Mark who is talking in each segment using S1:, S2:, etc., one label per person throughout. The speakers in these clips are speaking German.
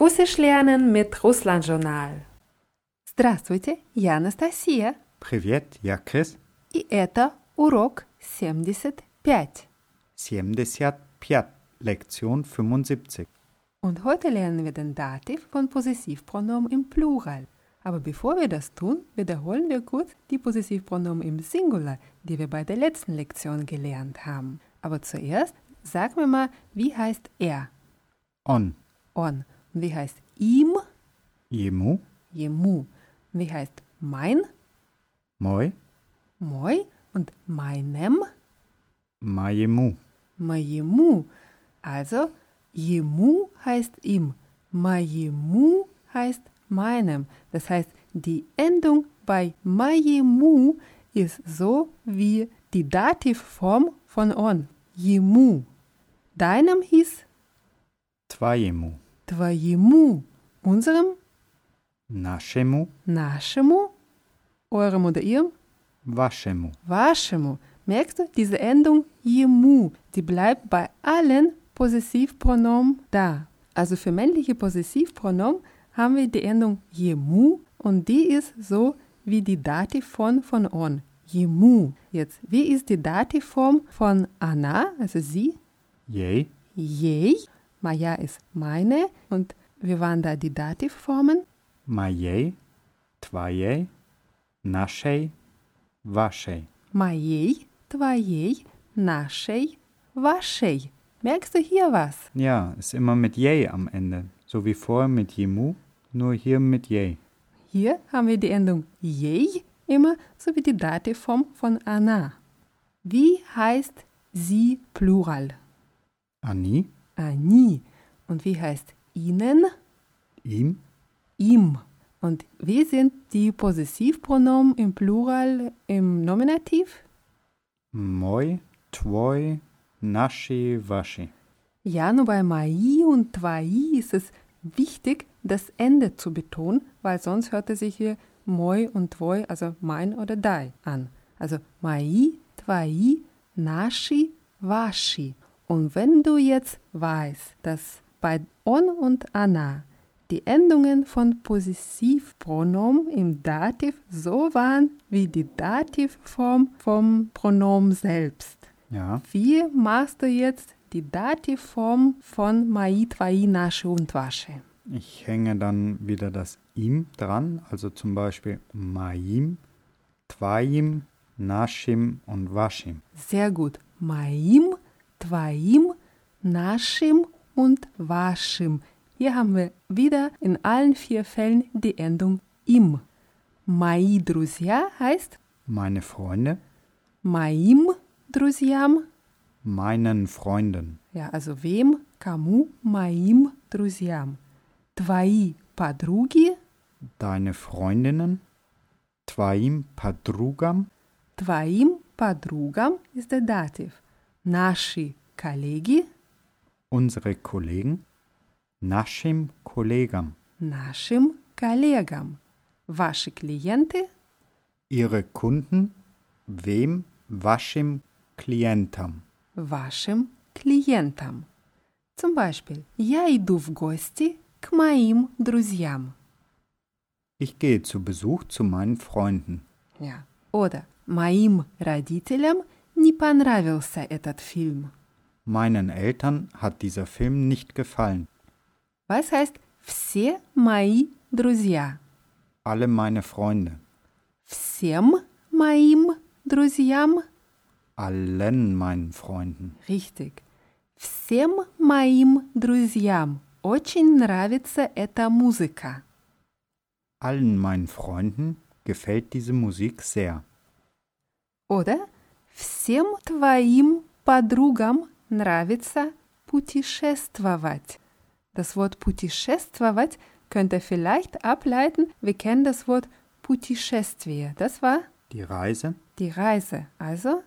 S1: Russisch lernen mit Russland Journal.
S2: Здравствуйте, я Анастасия,
S3: Привет, я Крис.
S2: и это урок 75.
S3: 75, Lektion 75.
S2: Und heute lernen wir den Dativ von Possessivpronomen im Plural. Aber bevor wir das tun, wiederholen wir kurz die Possessivpronomen im Singular, die wir bei der letzten Lektion gelernt haben. Aber zuerst sag mir mal, wie heißt er?
S3: On,
S2: On. Und wie heißt ihm?
S3: jemu,
S2: Jemu. Und wie heißt mein?
S3: moi,
S2: Moi. Und meinem?
S3: majemu.
S2: Моему. Also, jemu heißt ihm. Моему heißt meinem. Das heißt, die Endung bei моему ist so wie die Dativform von on. Jemu. Deinem hieß
S3: Твоему,
S2: твоему. Unserem,
S3: нашему,
S2: нашему, eurem oder ihrem,
S3: вашему.
S2: вашему. Merkst du, diese Endung jemu, die bleibt bei allen Possessivpronomen da. Also für männliche Possessivpronomen haben wir die Endung jemu und die ist so wie die Dativform von on, jemu. Jetzt, wie ist die Dativform von Anna, also sie?
S3: Ей,
S2: Jej. Maya ist meine und wir waren da die Dativformen.
S3: моей, твоей, нашей, вашей.
S2: Моей, твоей, нашей, вашей. Merkst du hier was?
S3: Ja, ist immer mit jej am Ende. So wie vorher mit jemu, nur hier mit jej.
S2: Hier haben wir die Endung jej immer sowie die Dativform von Anna. Wie heißt sie Plural?
S3: Ani,
S2: Ani. Und wie heißt ihnen?
S3: ihm,
S2: Ihm. Und wie sind die Possessivpronomen im Plural im Nominativ?
S3: moi, твой, наши, ваши.
S2: Ja, nur bei Mai und Twai ist es wichtig, das Ende zu betonen, weil sonst hört es sich hier Moi und Twoi, also mein oder dei, an. Also Mai, Twai, Nashi, Washi. Und wenn du jetzt weißt, dass bei On und Anna die Endungen von Possessivpronomen im Dativ so waren wie die Dativform vom Pronomen selbst.
S3: Ja,
S2: Wie machst du jetzt die Dativform von Mai, Twai, Nasche und Wasche?
S3: Ich hänge dann wieder das im dran, also zum Beispiel maim, twaim, nashim und washim.
S2: Sehr gut. Maim, Twaim, Nashim und Washim. Hier haben wir wieder in allen vier Fällen die Endung im. Mai, Drusja heißt
S3: Meine Freunde,
S2: Maim, Drusjam.
S3: meinen Freunden.
S2: Ja, also wem? Kamu, Maim, Drusjam. Твои подруги,
S3: Deine Freundinnen, twaim, padrugam,
S2: твоим подругам ist der Dativ. Наши коллеги,
S3: unsere Kollegen, nashim, kollegam,
S2: нашим коллегам. Ваши клиенты,
S3: ihre Kunden, wem, washim, klientam.
S2: вашим клиентам. Zum Beispiel, я иду в гости к моим друзьям.
S3: Ich gehe zu Besuch zu meinen Freunden.
S2: Ja. Oder моим родителям не понравился этот фильм.
S3: Meinen Eltern hat dieser Film nicht gefallen.
S2: Was heißt все мои друзья?
S3: alle meine Freunde,
S2: Всем моим друзьям –
S3: allen meinen Freunden.
S2: Richtig. Всем моим друзьям очень нравится эта музыка.
S3: Allen meinen Freunden gefällt diese Musik sehr.
S2: Oder всем твоим подругам нравится путешествовать. Das Wort путешествовать könnte vielleicht ableiten, wir kennen das Wort путешествие. Das war
S3: Die Reise?
S2: die Reise. Also,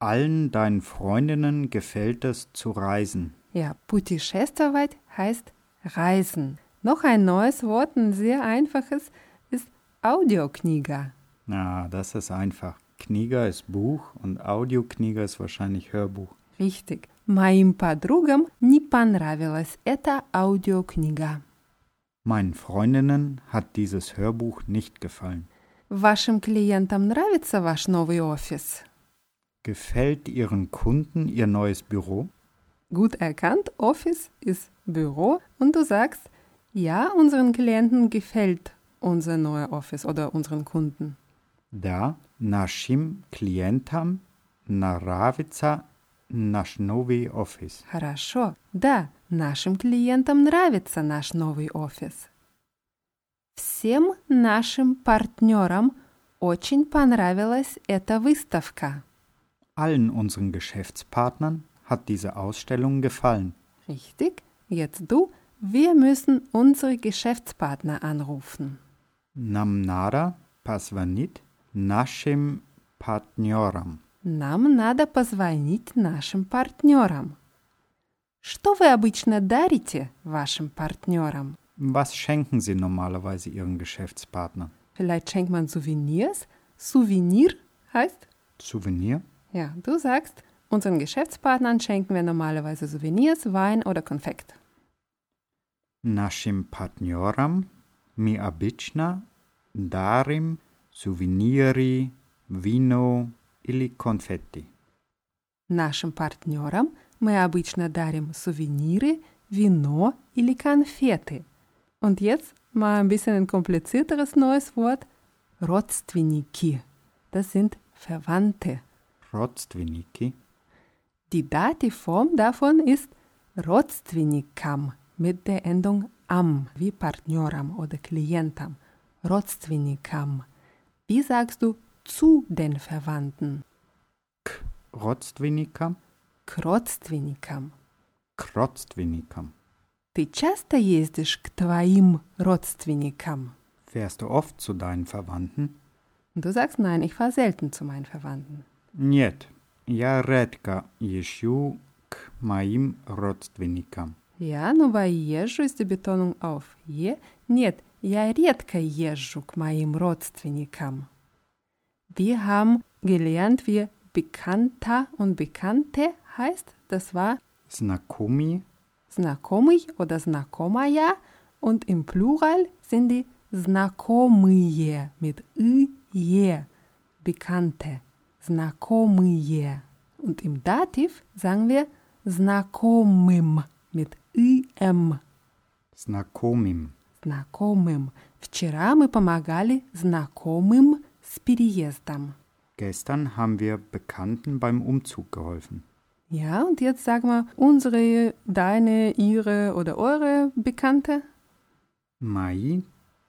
S3: Allen deinen Freundinnen gefällt es zu reisen.
S2: ja, путешествовать heißt reisen. Noch ein neues Wort, ein sehr einfaches, ist Audiokniga.
S3: Na, das ist einfach. Knieger ist Buch und Audioknieger ist wahrscheinlich Hörbuch.
S2: Richtig. Моим подругам не понравилась эта аудиокнига.
S3: Meinen Freundinnen hat dieses Hörbuch nicht gefallen.
S2: Вашим клиентам нравится ваш новый офис?
S3: Gefällt Ihren Kunden Ihr neues Büro?
S2: Gut erkannt, Office ist Büro und du sagst, ja, unseren Klienten gefällt unser neuer Office oder unseren Kunden.
S3: Da nashim klientam naravica nashnovi office.
S2: Хорошо. Да, нашим клиентам нравится наш новый офис. Всем нашим партнерам очень понравилась эта выставка.
S3: Allen unseren Geschäftspartnern hat diese Ausstellung gefallen.
S2: Richtig? Jetzt du. Wir müssen unsere Geschäftspartner anrufen.
S3: Namnada pasvanit nashim partnioram.
S2: Нам надо позвонить нашим партнерам. Что вы обычно дарите вашим партнерам?
S3: Was schenken Sie normalerweise Ihren Geschäftspartnern?
S2: Vielleicht schenkt man Souvenirs. Souvenir heißt,
S3: Souvenir?
S2: ja, du sagst, unseren Geschäftspartnern schenken wir normalerweise Souvenirs, Wein oder Konfekt.
S3: Nashim partnioram mi abichna darim suveniri vino ili konfetti.
S2: Нашим партнерам мы обычно дарим сувениры, вино или конфеты. Und jetzt mal ein bisschen ein komplizierteres neues Wort. Родственники. Das sind Verwandte.
S3: Rodstveniki.
S2: Die Dativform davon ist родственникам mit der Endung am, wie Partneram oder Klientam. Родственникам. Wie sagst du zu den Verwandten?
S3: Rodstvenikam.
S2: К родственникам.
S3: Krotstvenikam.
S2: Ты часто ездишь к твоим родственникам?
S3: Fährst du oft zu deinen Verwandten?
S2: Du sagst nein, ich fahre selten zu meinen Verwandten.
S3: Нет. Я редко езжу к моим родственникам.
S2: Я, ну, езжу с бетоном auf je. Нет, я редко езжу к моим родственникам. Wir haben gelernt, wie Bekannter und Bekannte heißt. Das war
S3: Знакомые
S2: знакомый oder знакомая. Und im Plural sind die знакомые mit и, е. Bekannte, знакомые. Und im Dativ sagen wir знакомым mit и, м.
S3: знакомым.
S2: Знакомым. Вчера мы помогали знакомым с переездом.
S3: Gestern haben wir Bekannten beim Umzug geholfen.
S2: Ja, und jetzt sagen wir unsere, deine, ihre oder eure Bekannte.
S3: Мои,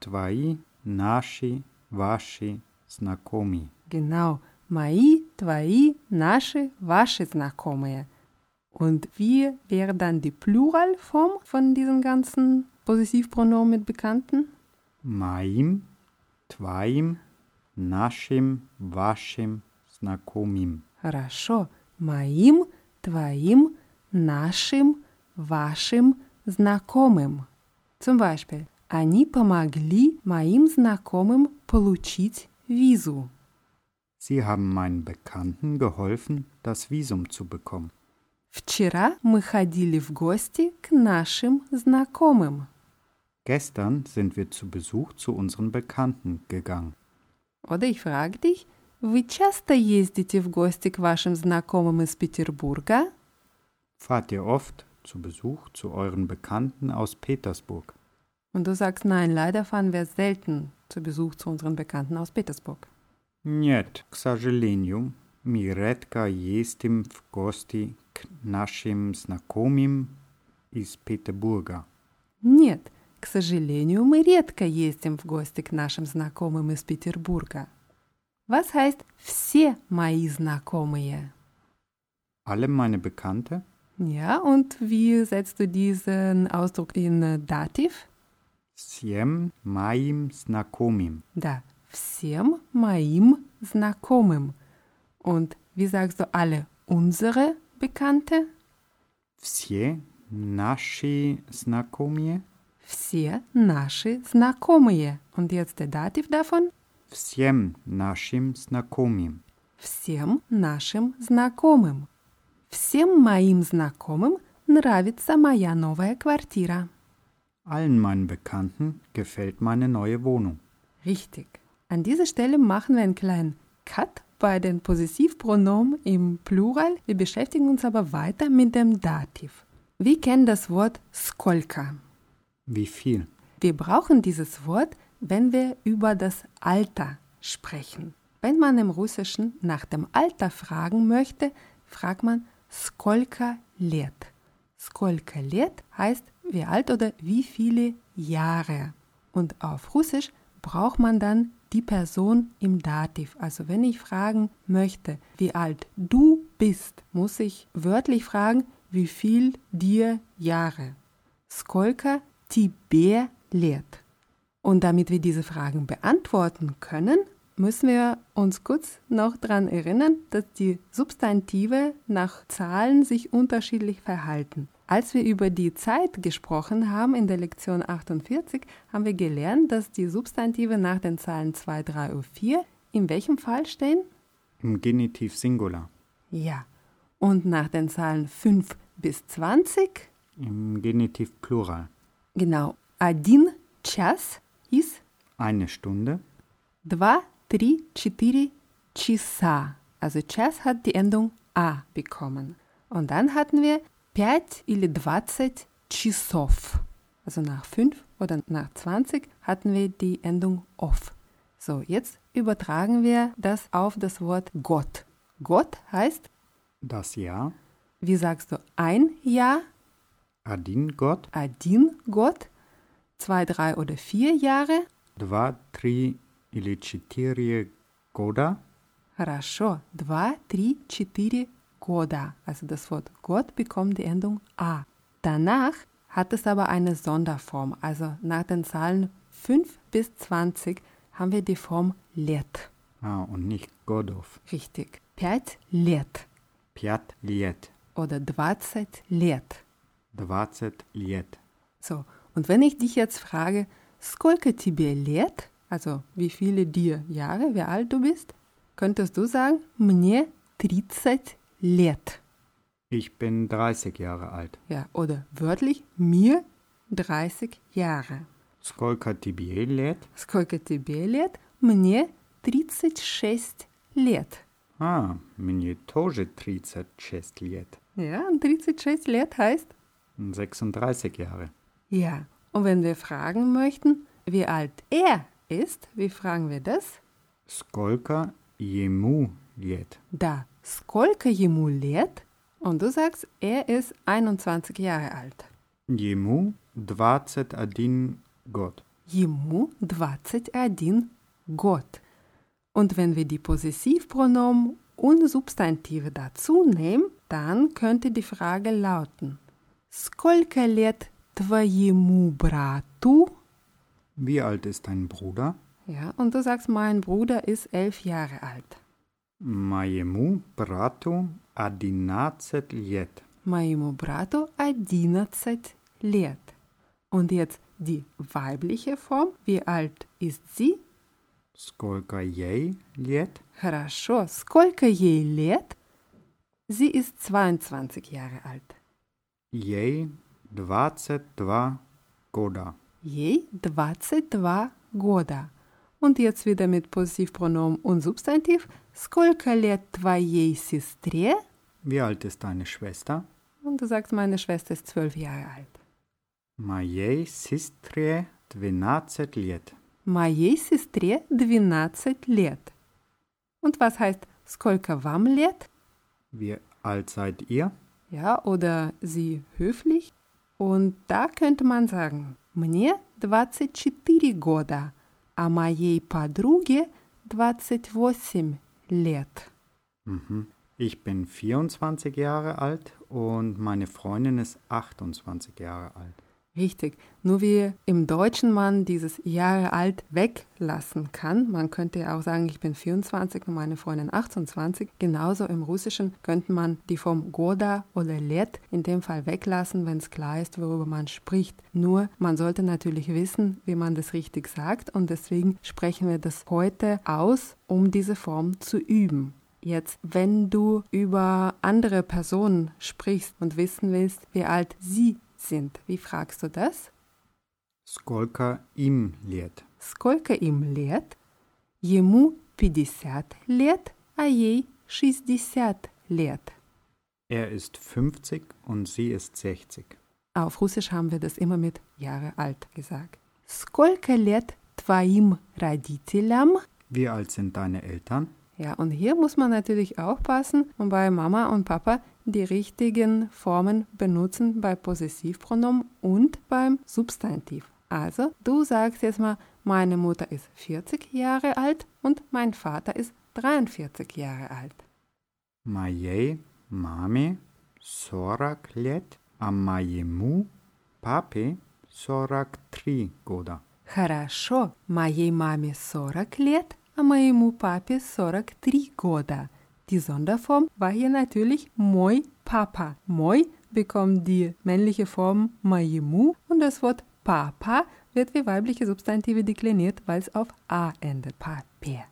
S3: твои, наши, ваши, знакомые.
S2: Genau, мои, твои, наши, ваши знакомые. Und wir wäre dann die Pluralform von diesem ganzen Possessivpronomen mit Bekannten.
S3: Моим, твоим, нашим, вашим, знакомым.
S2: Хорошо. Моим, твоим, нашим, вашим, знакомым. Zum Beispiel. Они помогли моим знакомым получить визу.
S3: Sie haben meinen Bekannten geholfen, das Visum zu bekommen.
S2: Вчера мы ходили в гости к нашим знакомым.
S3: Gestern sind wir zu Besuch zu unseren Bekannten gegangen.
S2: Oder ich frage dich, вы часто ездите в гости к вашим знакомым из Петербурга?
S3: Fahrt ihr oft zu Besuch zu euren Bekannten aus Petersburg?
S2: Und du sagst, nein, leider fahren wir selten zu Besuch zu unseren Bekannten aus Petersburg.
S3: Нет, к сожалению, мы редко ездим в гости к нашим знакомым из Петербурга.
S2: Нет, к сожалению, мы редко ездим в гости к нашим знакомым из Петербурга. Was heißt все мои знакомые?
S3: Alle meine Bekannte,
S2: Ja, und wie setzt du diesen Ausdruck in äh, Dativ?
S3: всем моим знакомым.
S2: Да, всем моим знакомым. Und wie sagst du alle unsere Bekannte?
S3: Все наши знакомые,
S2: Все наши знакомые. Und jetzt der Dativ davon?
S3: всем нашим знакомым.
S2: Всем нашим знакомым. Всем моим знакомым нравится моя новая квартира.
S3: Allen meinen Bekannten gefällt meine neue Wohnung.
S2: Richtig. An dieser Stelle machen wir einen kleinen Cut bei den Possessivpronomen im Plural. Wir beschäftigen uns aber weiter mit dem Dativ. Wir kennen das Wort skolka.
S3: Wie viel?
S2: Wir brauchen dieses Wort, wenn wir über das Alter sprechen. Wenn man im Russischen nach dem Alter fragen möchte, fragt man skolka let. Skolka let heißt wie alt oder wie viele Jahre. Und auf Russisch braucht man dann die Person im Dativ. Also wenn ich fragen möchte, wie alt du bist, muss ich wörtlich fragen, wie viel dir Jahre. Skolka тебе лет? Und damit wir diese Fragen beantworten können, müssen wir uns kurz noch daran erinnern, dass die Substantive nach Zahlen sich unterschiedlich verhalten. Als wir über die Zeit gesprochen haben in der Lektion 48, haben wir gelernt, dass die Substantive nach den Zahlen 2, 3 und 4 in welchem Fall stehen?
S3: Im Genitiv Singular.
S2: Ja. Und nach den Zahlen 5 bis 20?
S3: Im Genitiv Plural.
S2: Genau. Один час ist
S3: Eine Stunde.
S2: Два, три, четыре часа. Also час hat die Endung a bekommen. Und dann hatten wir 5 или 20 часов. Also nach 5 oder nach 20 hatten wir die Endung off. So, jetzt übertragen wir das auf das Wort Gott. Gott heißt,
S3: Das Jahr.
S2: wie sagst du, ein Jahr,
S3: Один год.
S2: один год, zwei, drei oder vier Jahre,
S3: Два, три или четыре года.
S2: Хорошо. Два, три, четыре года. Also das Wort Gott bekommt die Endung a. Danach hat es aber eine Sonderform. Also nach den Zahlen 5 bis 20 haben wir die Form лет.
S3: Ah, und nicht годов.
S2: Richtig. 5 лет
S3: Пять лет.
S2: oder 20 лет.
S3: Двадцать лет.
S2: So, und wenn ich dich jetzt frage, сколько тебе лет? Also, wie viele dir Jahre, wie alt du bist? Könntest du sagen, мне 30 лет.
S3: Ich bin 30 Jahre alt.
S2: Ja, oder wörtlich mir 30 Jahre.
S3: Сколько тебе лет?
S2: Сколько тебе лет? Мне 36 лет.
S3: А, мне тоже 36 лет.
S2: Ja, und 36 лет heißt
S3: 36 Jahre.
S2: ja. Und wenn wir fragen möchten, wie alt er ist, wie fragen wir das?
S3: Сколько ему лет?
S2: Da, сколько ему лет? Und du sagst, er ist 21 Jahre alt.
S3: Ему 21 год.
S2: Ему 21 год. Und wenn wir die Possessivpronomen und Substantive dazu nehmen, dann könnte die Frage lauten: Сколько лет твоему брату?
S3: Wie alt ist dein Bruder?
S2: Ja, und du sagst, mein Bruder ist elf Jahre alt.
S3: Моему брату 11 лет.
S2: Моему брату 11 лет. Und jetzt die weibliche Form. Wie alt ist sie?
S3: Сколько ей лет?
S2: Хорошо. Сколько ей лет? Sie ist 22 Jahre alt.
S3: Ей 22 года.
S2: Ей 22 года. Und jetzt wieder mit Positivpronomen und Substantiv. Сколько лет твоей сестре?
S3: Wie alt ist deine Schwester?
S2: Und du sagst, meine Schwester ist 12 Jahre alt.
S3: Моей сестре 12 лет.
S2: Моей сестре 12 лет. Und was heißt сколько вам лет?
S3: Wie alt seid ihr?
S2: Ja, oder sie höflich. Und da könnte man sagen, мне 24 года, а моей подруге 28 лет.
S3: Mhm. Ich bin 24 Jahre alt und meine Freundin ist 28 Jahre alt.
S2: Richtig. Nur wie im Deutschen man dieses Jahre alt weglassen kann. Man könnte ja auch sagen, ich bin 24 und meine Freundin 28. Genauso im Russischen könnte man die Form года oder лет in dem Fall weglassen, wenn es klar ist, worüber man spricht. Nur man sollte natürlich wissen, wie man das richtig sagt und deswegen sprechen wir das heute aus, um diese Form zu üben. Jetzt, wenn du über andere Personen sprichst und wissen willst, wie alt sie sind, wie fragst du das?
S3: Skolka im лет?
S2: Сколько им лет? Ему 50 лет, а ей 60 лет.
S3: Er ist 50 und sie ist 60.
S2: Auf Russisch haben wir das immer mit Jahre alt gesagt. Сколько лет твоим родителям?
S3: Wie alt sind deine Eltern?
S2: Ja, und hier muss man natürlich aufpassen und bei Mama und Papa die richtigen Formen benutzen bei Possessivpronomen und beim Substantiv. Also, du sagst jetzt mal, meine Mutter ist 40 Jahre alt und mein Vater ist 43 Jahre alt.
S3: Моей маме 40 лет, а моему папе 43 года.
S2: Хорошо, моей маме 40 лет, а моему папе 43 года. Die Sonderform war hier natürlich мой Papa. Мой bekommt die männliche Form моему und das Wort Papa wird wie weibliche Substantive dekliniert, weil es auf a endet. Papier.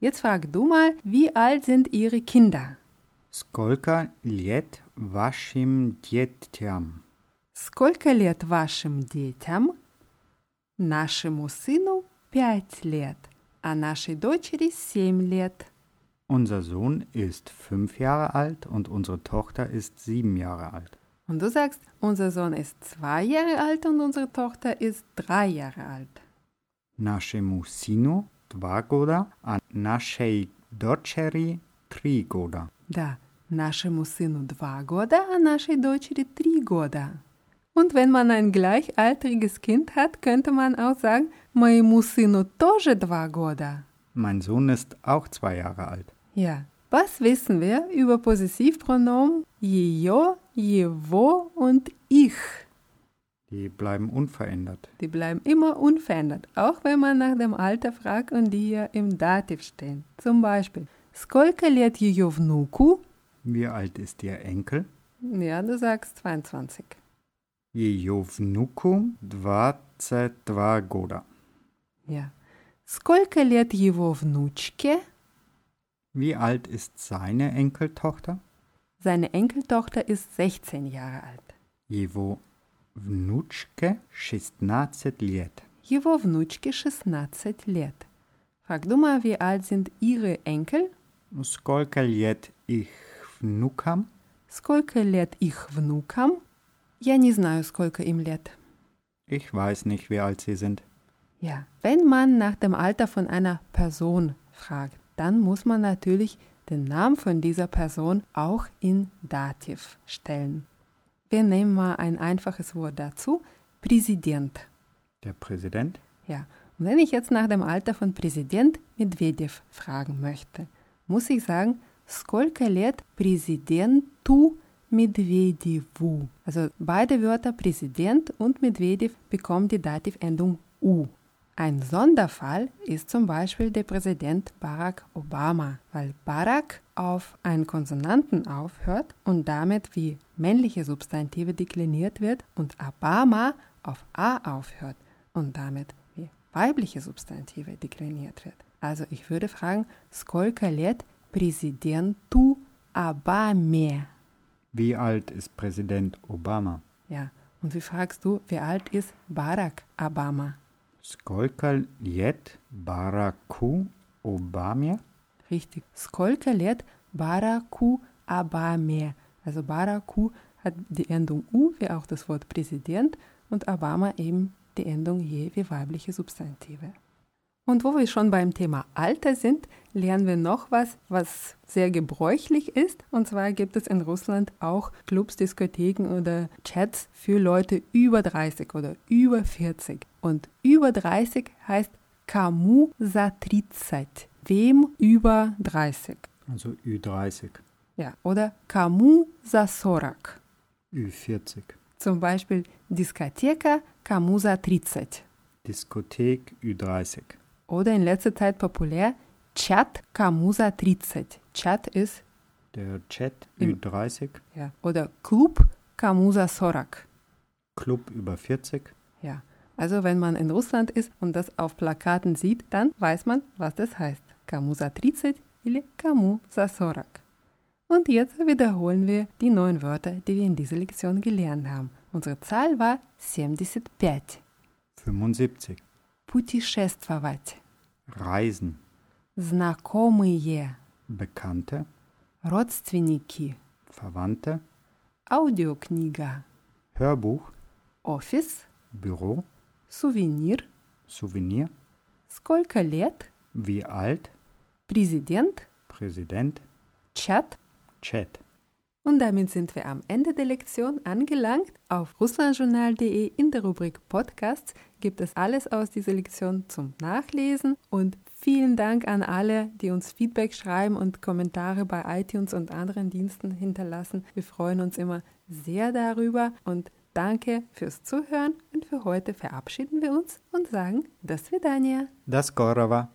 S2: Jetzt frag du mal, wie alt sind ihre Kinder?
S3: Сколько лет вашим детям?
S2: Сколько лет вашим детям? Нашему сыну 5 лет, а нашей дочери 7 лет.
S3: Unser Sohn ist fünf Jahre alt und unsere Tochter ist sieben Jahre alt.
S2: Und du sagst, unser Sohn ist zwei Jahre alt und unsere Tochter ist drei Jahre alt.
S3: Нашему сыну два года, а нашей дочери три года.
S2: Да, нашему сыну два года, а нашей дочери три года. Und wenn man ein gleichaltriges Kind hat, könnte man auch sagen, моему сыну тоже два года.
S3: Mein Sohn ist auch zwei Jahre alt.
S2: Ja. Was wissen wir über Possessivpronomen ее, его und ich?
S3: Die bleiben unverändert.
S2: Die bleiben immer unverändert, auch wenn man nach dem Alter fragt und die hier im Dativ stehen. Zum Beispiel, сколько лет ее внуку?
S3: Wie alt ist ihr Enkel?
S2: Ja, du sagst 22.
S3: Ее внуку 22 года.
S2: Ja. Сколько лет его внучке?
S3: Wie alt ist seine Enkeltochter?
S2: Seine Enkeltochter ist 16 Jahre alt.
S3: Его внучке 16 лет.
S2: Его внучке 16 лет. Frag du mal, wie alt sind ihre Enkel?
S3: Сколько лет их внукам?
S2: Сколько лет их внукам? Я не знаю, сколько им лет.
S3: Ich weiß nicht, wie alt sie sind.
S2: Ja, wenn man nach dem Alter von einer Person fragt, dann muss man natürlich den Namen von dieser Person auch in Dativ stellen. Wir nehmen mal ein einfaches Wort dazu, Präsident.
S3: Der Präsident?
S2: Ja, und wenn ich jetzt nach dem Alter von Präsident Medvedev fragen möchte, muss ich sagen, сколько лет президенту Медведеву? Also beide Wörter Präsident und Medvedev bekommen die Dativendung U. Ein Sonderfall ist zum Beispiel der Präsident Barack Obama, weil Barack auf einen Konsonanten aufhört und damit wie männliche Substantive dekliniert wird und Obama auf A aufhört und damit wie weibliche Substantive dekliniert wird. Also ich würde fragen, сколько лет президенту Обаме?
S3: Wie alt ist Präsident Obama?
S2: Ja, und wie fragst du, wie alt ist Barack Obama?
S3: Сколько лет Бараку Обаме?
S2: Richtig. Сколько лет Бараку Обаме? Also Baraku hat die Endung U, wie auch das Wort Präsident, und Obama eben die Endung je wie weibliche Substantive. Und wo wir schon beim Thema Alter sind, lernen wir noch was, was sehr gebräuchlich ist. Und zwar gibt es in Russland auch Clubs, Diskotheken oder Chats für Leute über 30 oder über 40. Und über 30 heißt Kamu за 30. Wem über 30?
S3: Also Ü30,
S2: Ja, oder Kamu за 40.
S3: Ü40.
S2: Zum Beispiel Diskoteka Kamu за 30.
S3: Diskothek Ü30.
S2: Oder in letzter Zeit populär Chat Kamu за 30. Chat ist
S3: Der Chat
S2: Im-
S3: Ü30.
S2: ja, oder Club Kamu за 40.
S3: Club über 40.
S2: Ja, also wenn man in Russland ist und das auf Plakaten sieht, dann weiß man, was das heißt. Kamu за 30 или Kamu за 40. Und jetzt wiederholen wir die neuen Wörter, die wir in dieser Lektion gelernt haben. Unsere Zahl war 75.
S3: 75.
S2: путешествовать,
S3: Reisen.
S2: знакомые,
S3: Bekannte,
S2: родственники,
S3: Verwandte,
S2: аудиокнига,
S3: Hörbuch,
S2: офис,
S3: Büro,
S2: сувенир,
S3: Souvenir,
S2: сколько лет,
S3: wie alt,
S2: президент,
S3: Präsident,
S2: чат,
S3: Chat.
S2: Und damit sind wir am Ende der Lektion angelangt. Auf russlandjournal.de in der Rubrik Podcasts gibt es alles aus dieser Lektion zum Nachlesen. Und vielen Dank an alle, die uns Feedback schreiben und Kommentare bei iTunes und anderen Diensten hinterlassen. Wir freuen uns immer sehr darüber und danke fürs Zuhören. Und für heute verabschieden wir uns und sagen, das Vidania.
S3: Das Gorava.